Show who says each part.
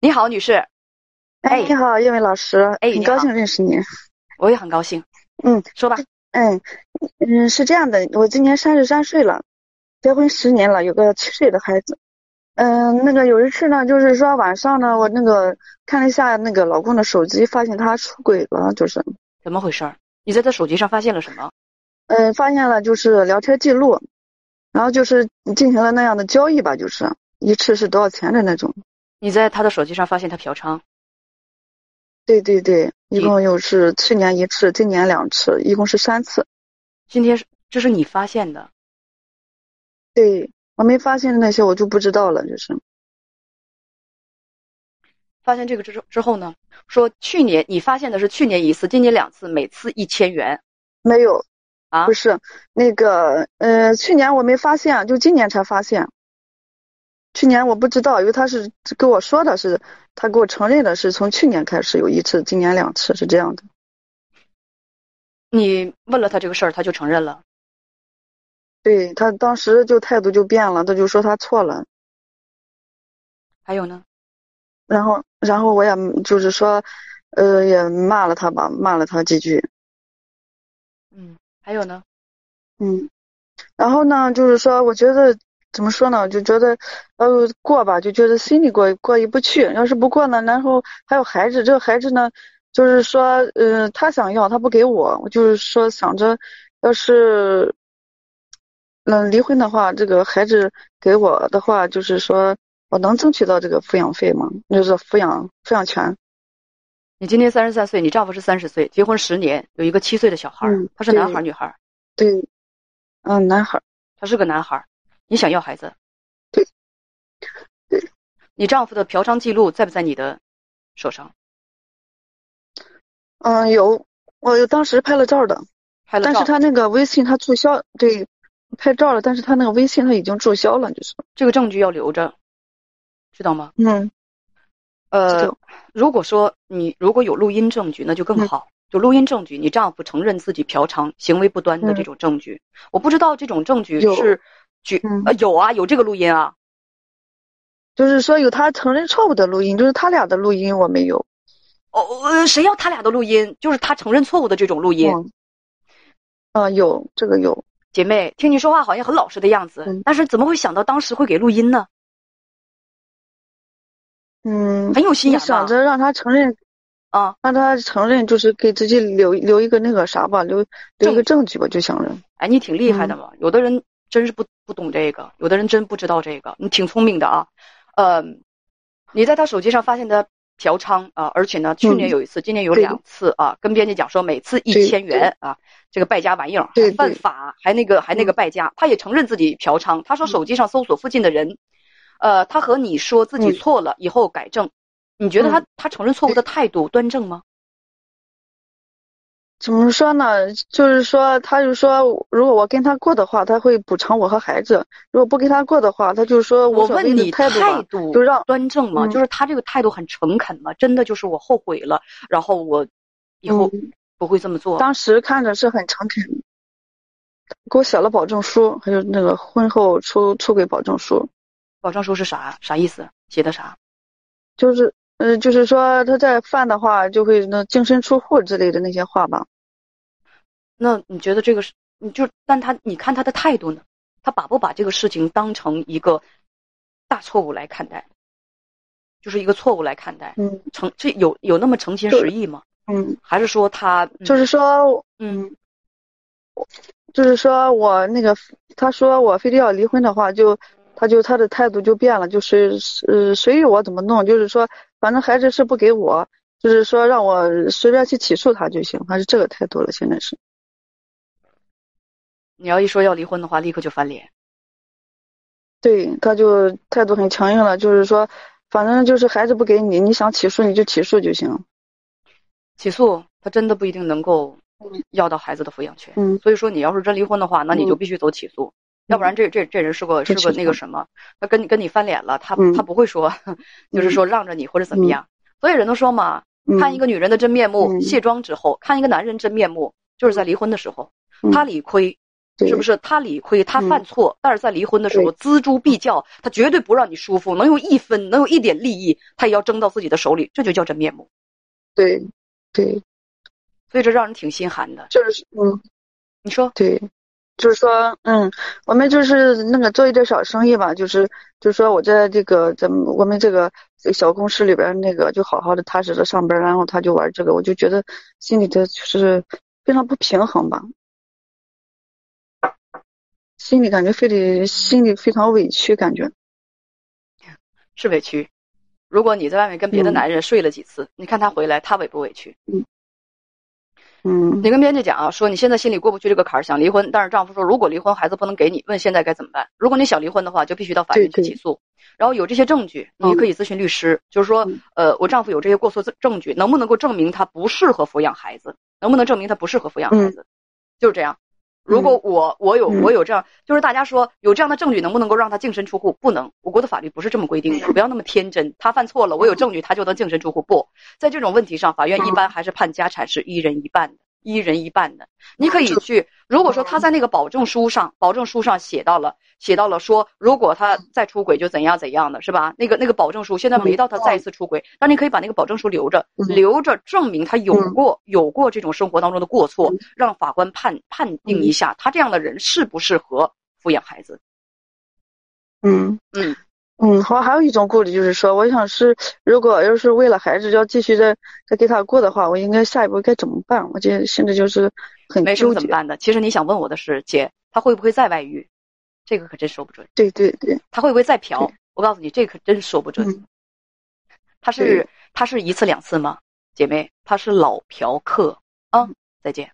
Speaker 1: 你好，女士。
Speaker 2: 哎，
Speaker 1: 哎
Speaker 2: 你好，叶文老师，
Speaker 1: 哎
Speaker 2: 很
Speaker 1: 你
Speaker 2: 高
Speaker 1: 好
Speaker 2: 兴认识你。
Speaker 1: 我也很高兴。
Speaker 2: 嗯，
Speaker 1: 说吧。
Speaker 2: 嗯嗯，是这样的，我今年三十三岁了，结婚十年了，有个七岁的孩子。嗯，那个有一次呢，就是说晚上呢，我那个看了一下那个老公的手机，发现他出轨了，就是，
Speaker 1: 怎么回事儿？你在他手机上发现了什么？
Speaker 2: 嗯，发现了就是聊天记录，然后就是进行了那样的交易吧，就是一次是多少钱的那种。
Speaker 1: 你在他的手机上发现他嫖娼，
Speaker 2: 对对对，一
Speaker 1: 你
Speaker 2: 共有是去年一次，今年两次，一共是三次。
Speaker 1: 今天是这是你发现的，
Speaker 2: 对，我没发现的那些，我就不知道了，就是。
Speaker 1: 发现这个之之后呢？说去年你发现的是去年一次，今年两次，每次一千元
Speaker 2: 没有，
Speaker 1: 啊
Speaker 2: 不？是那个，呃，去年我没发现，啊就今年才发现。去年我不知道，因为他是跟我说的是，他给我承认的是从去年开始有一次，今年两次是这样的。
Speaker 1: 你问了他这个事儿，他就承认了。
Speaker 2: 对，他当时就态度就变了，他就说他错了，
Speaker 1: 还有呢？
Speaker 2: 然后然后我也就是说，呃，也骂了他吧，骂了他几句。
Speaker 1: 嗯，还有呢？
Speaker 2: 嗯，然后呢，就是说，我觉得怎么说呢，就觉得，呃，过吧，就觉得心里过过意不去。要是不过呢，然后还有孩子，这个孩子呢，就是说，呃，他想要，他不给我，我就是说想着，要是，嗯，离婚的话，这个孩子给我的话，就是说我能争取到这个抚养费吗？就是抚养抚养权。
Speaker 1: 你今年三十三岁，你丈夫是三十岁，结婚十年，有一个七岁的小孩儿
Speaker 2: 嗯，
Speaker 1: 他是男
Speaker 2: 对
Speaker 1: 孩儿女孩儿？
Speaker 2: 对，嗯，男孩儿，
Speaker 1: 他是个男孩儿，你想要孩子？
Speaker 2: 对，对。
Speaker 1: 你丈夫的嫖娼记录在不在你的手上？
Speaker 2: 嗯，有，我当时拍了照的。
Speaker 1: 拍了
Speaker 2: 但
Speaker 1: 照
Speaker 2: 是他那个微信他注销，对，拍照了，但是他那个微信他已经注销了，就是，
Speaker 1: 这个证据要留着，知道吗？
Speaker 2: 嗯，知
Speaker 1: 呃
Speaker 2: 道，
Speaker 1: 如果说你如果有录音证据，那就更
Speaker 2: 嗯
Speaker 1: 好。就录音证据，你丈夫承认自己嫖娼、行为不端的
Speaker 2: 嗯
Speaker 1: 这种证据，我不知道这种证据
Speaker 2: 有
Speaker 1: 是举
Speaker 2: 嗯
Speaker 1: 呃有啊，有这个录音啊。
Speaker 2: 就是说有他承认错误的录音，就是他俩的录音我没有，
Speaker 1: 哦，呃谁要他俩的录音？就是他承认错误的这种录音。
Speaker 2: 嗯，啊，有这个有，
Speaker 1: 姐妹，听你说话好像很老实的样子，
Speaker 2: 嗯
Speaker 1: 但是怎么会想到当时会给录音呢？
Speaker 2: 嗯，
Speaker 1: 很有心
Speaker 2: 你
Speaker 1: 眼
Speaker 2: 想
Speaker 1: 吧？
Speaker 2: 着让他承认，
Speaker 1: 啊，
Speaker 2: 让他承认，就是给自己留留一个那个啥吧，留留一个证据吧，就想着，
Speaker 1: 哎，你挺厉害
Speaker 2: 嗯
Speaker 1: 的嘛。有的人真是不不懂这个，有的人真不知道这个。你挺聪明的啊，嗯，你在他手机上发现他嫖娼啊，而且呢，去年有一次，今年有两次啊，跟编辑讲说每次一
Speaker 2: 嗯对
Speaker 1: 千元啊，这个败家玩意儿，
Speaker 2: 对
Speaker 1: 还犯
Speaker 2: 对嗯
Speaker 1: 法，还那个还那个败家。他也承认自己嫖娼，他说手机上搜索附近的人，呃，他和你说自己
Speaker 2: 嗯
Speaker 1: 错了，以后改正。你觉得他他承认错误的态度端正吗？
Speaker 2: 怎么说呢？就是说，他就说，如果我跟他过的话，他会补偿我和孩子；如果不跟他过的话，他就说无
Speaker 1: 我
Speaker 2: 所
Speaker 1: 问
Speaker 2: 谓的
Speaker 1: 你
Speaker 2: 态度吧，
Speaker 1: 度
Speaker 2: 就让
Speaker 1: 端正吗？
Speaker 2: 嗯
Speaker 1: 就是他这个态度很诚恳吗？真的就是我后悔了，然后我以后
Speaker 2: 嗯
Speaker 1: 不会这么做。
Speaker 2: 当时看着是很诚恳，给我写了保证书，还有那个婚后出出轨保证书，
Speaker 1: 保证书是啥？啥意思？写的啥？
Speaker 2: 就是呃，就是说他再犯的话，就会那净身出户之类的那些话吧。
Speaker 1: 那你觉得这个是？你就但他你看他的态度呢？他把不把这个事情当成一个大错误来看待？就是一个错误来看待，
Speaker 2: 嗯
Speaker 1: 诚这有有那么诚心
Speaker 2: 就
Speaker 1: 实意吗？
Speaker 2: 嗯，
Speaker 1: 还是说他
Speaker 2: 就是是说，
Speaker 1: 嗯
Speaker 2: 就是说我那个，他说我非得要离婚的话，就他就他的态度就变了，就是呃随意我怎么弄，就是说反正孩子是不给我，就是说让我随便去起诉他就行，他是这个态度了，现在是。
Speaker 1: 你要一说要离婚的话，立刻就翻脸？
Speaker 2: 对，他就态度很强硬了，就是说，反正就是孩子不给你，你想起诉你就起诉就行。
Speaker 1: 起诉，他真的不一定能够
Speaker 2: 嗯
Speaker 1: 要到孩子的抚养权。
Speaker 2: 嗯
Speaker 1: 所以说，你要是真离婚的话，那你就必须走起诉，要不然这这这人是个是
Speaker 2: 对
Speaker 1: 个
Speaker 2: 是
Speaker 1: 那个
Speaker 2: 的
Speaker 1: 什么，他跟你跟你翻脸了，他、
Speaker 2: 嗯
Speaker 1: 他不会说，就是说让着你或者怎么样。所以人都说嘛，
Speaker 2: 嗯
Speaker 1: 看一个女人的真面目，
Speaker 2: 嗯
Speaker 1: 卸妆之后；看一个男人真面目，就是在离婚的时候。
Speaker 2: 嗯
Speaker 1: 他理亏，是不是？他理亏，他犯错，嗯、但是在离婚的时候锱铢必较，他绝对不让你舒服，能有一分，能有一点利益，他也要争到自己的手里，这就叫真面目。
Speaker 2: 对，对，
Speaker 1: 所以这让人挺心寒的。
Speaker 2: 就是嗯，
Speaker 1: 你说
Speaker 2: 对。就是说，嗯，我们就是那个做一点小生意吧，就是就是说我在这个咱们我们这个小公司里边那个就好好的踏实的上班，然后他就玩这个，我就觉得心里的就是非常不平衡吧，心里感觉非得心里非常委屈，感觉
Speaker 1: 是委屈。如果你在外面跟别的男人睡了几次，嗯、你看他回来，他委不委屈？
Speaker 2: 嗯。嗯，
Speaker 1: 你跟编辑讲啊，说你现在心里过不去这个坎儿，想离婚，但是丈夫说如果离婚孩子不能给你，问现在该怎么办？如果你想离婚的话，就必须到法院去起诉，然后有这些证据，你可以咨询律师，嗯、就是说，呃，我丈夫有这些过错证据，能不能够证明他不适合抚养孩子？能不能证明他不适合抚养孩子？嗯、嗯就是这样。如果我我有我有这样，就是大家说有这样的证据，能不能够让他净身出户？不能，我国的法律不是这么规定的。不要那么天真，他犯错了，我有证据，他就能净身出户？不在这种问题上，法院一般还是判家产是一人一半的，一人一半的。你可以去，如果说
Speaker 2: 嗯
Speaker 1: 他在那个保证书上，保证书上写到了，写到了说，如果他再出轨就怎样怎样的是吧？那个那个保证书现在没到他再一次出轨，但你可以把那个保证书留着，
Speaker 2: 嗯
Speaker 1: 留着证明他有过有过这种生活当中的过错，
Speaker 2: 嗯
Speaker 1: 让法官判判定一下他这样的人适不适合抚养孩子。
Speaker 2: 嗯
Speaker 1: 嗯
Speaker 2: 嗯，好，还有一种顾虑就是说，我想是如果要是为了孩子要继续再再给他过的话，我应该下一步该怎么办？我这现在就是很
Speaker 1: 没
Speaker 2: 什么
Speaker 1: 怎么办的。其实你想问我的是，姐，他会不会再外遇？这个可真说不准。
Speaker 2: 对对对，
Speaker 1: 他会不会再嫖？我告诉你，这个、可真说不准。
Speaker 2: 嗯、
Speaker 1: 他是他是一次两次吗？姐妹，他是老嫖客啊！再见。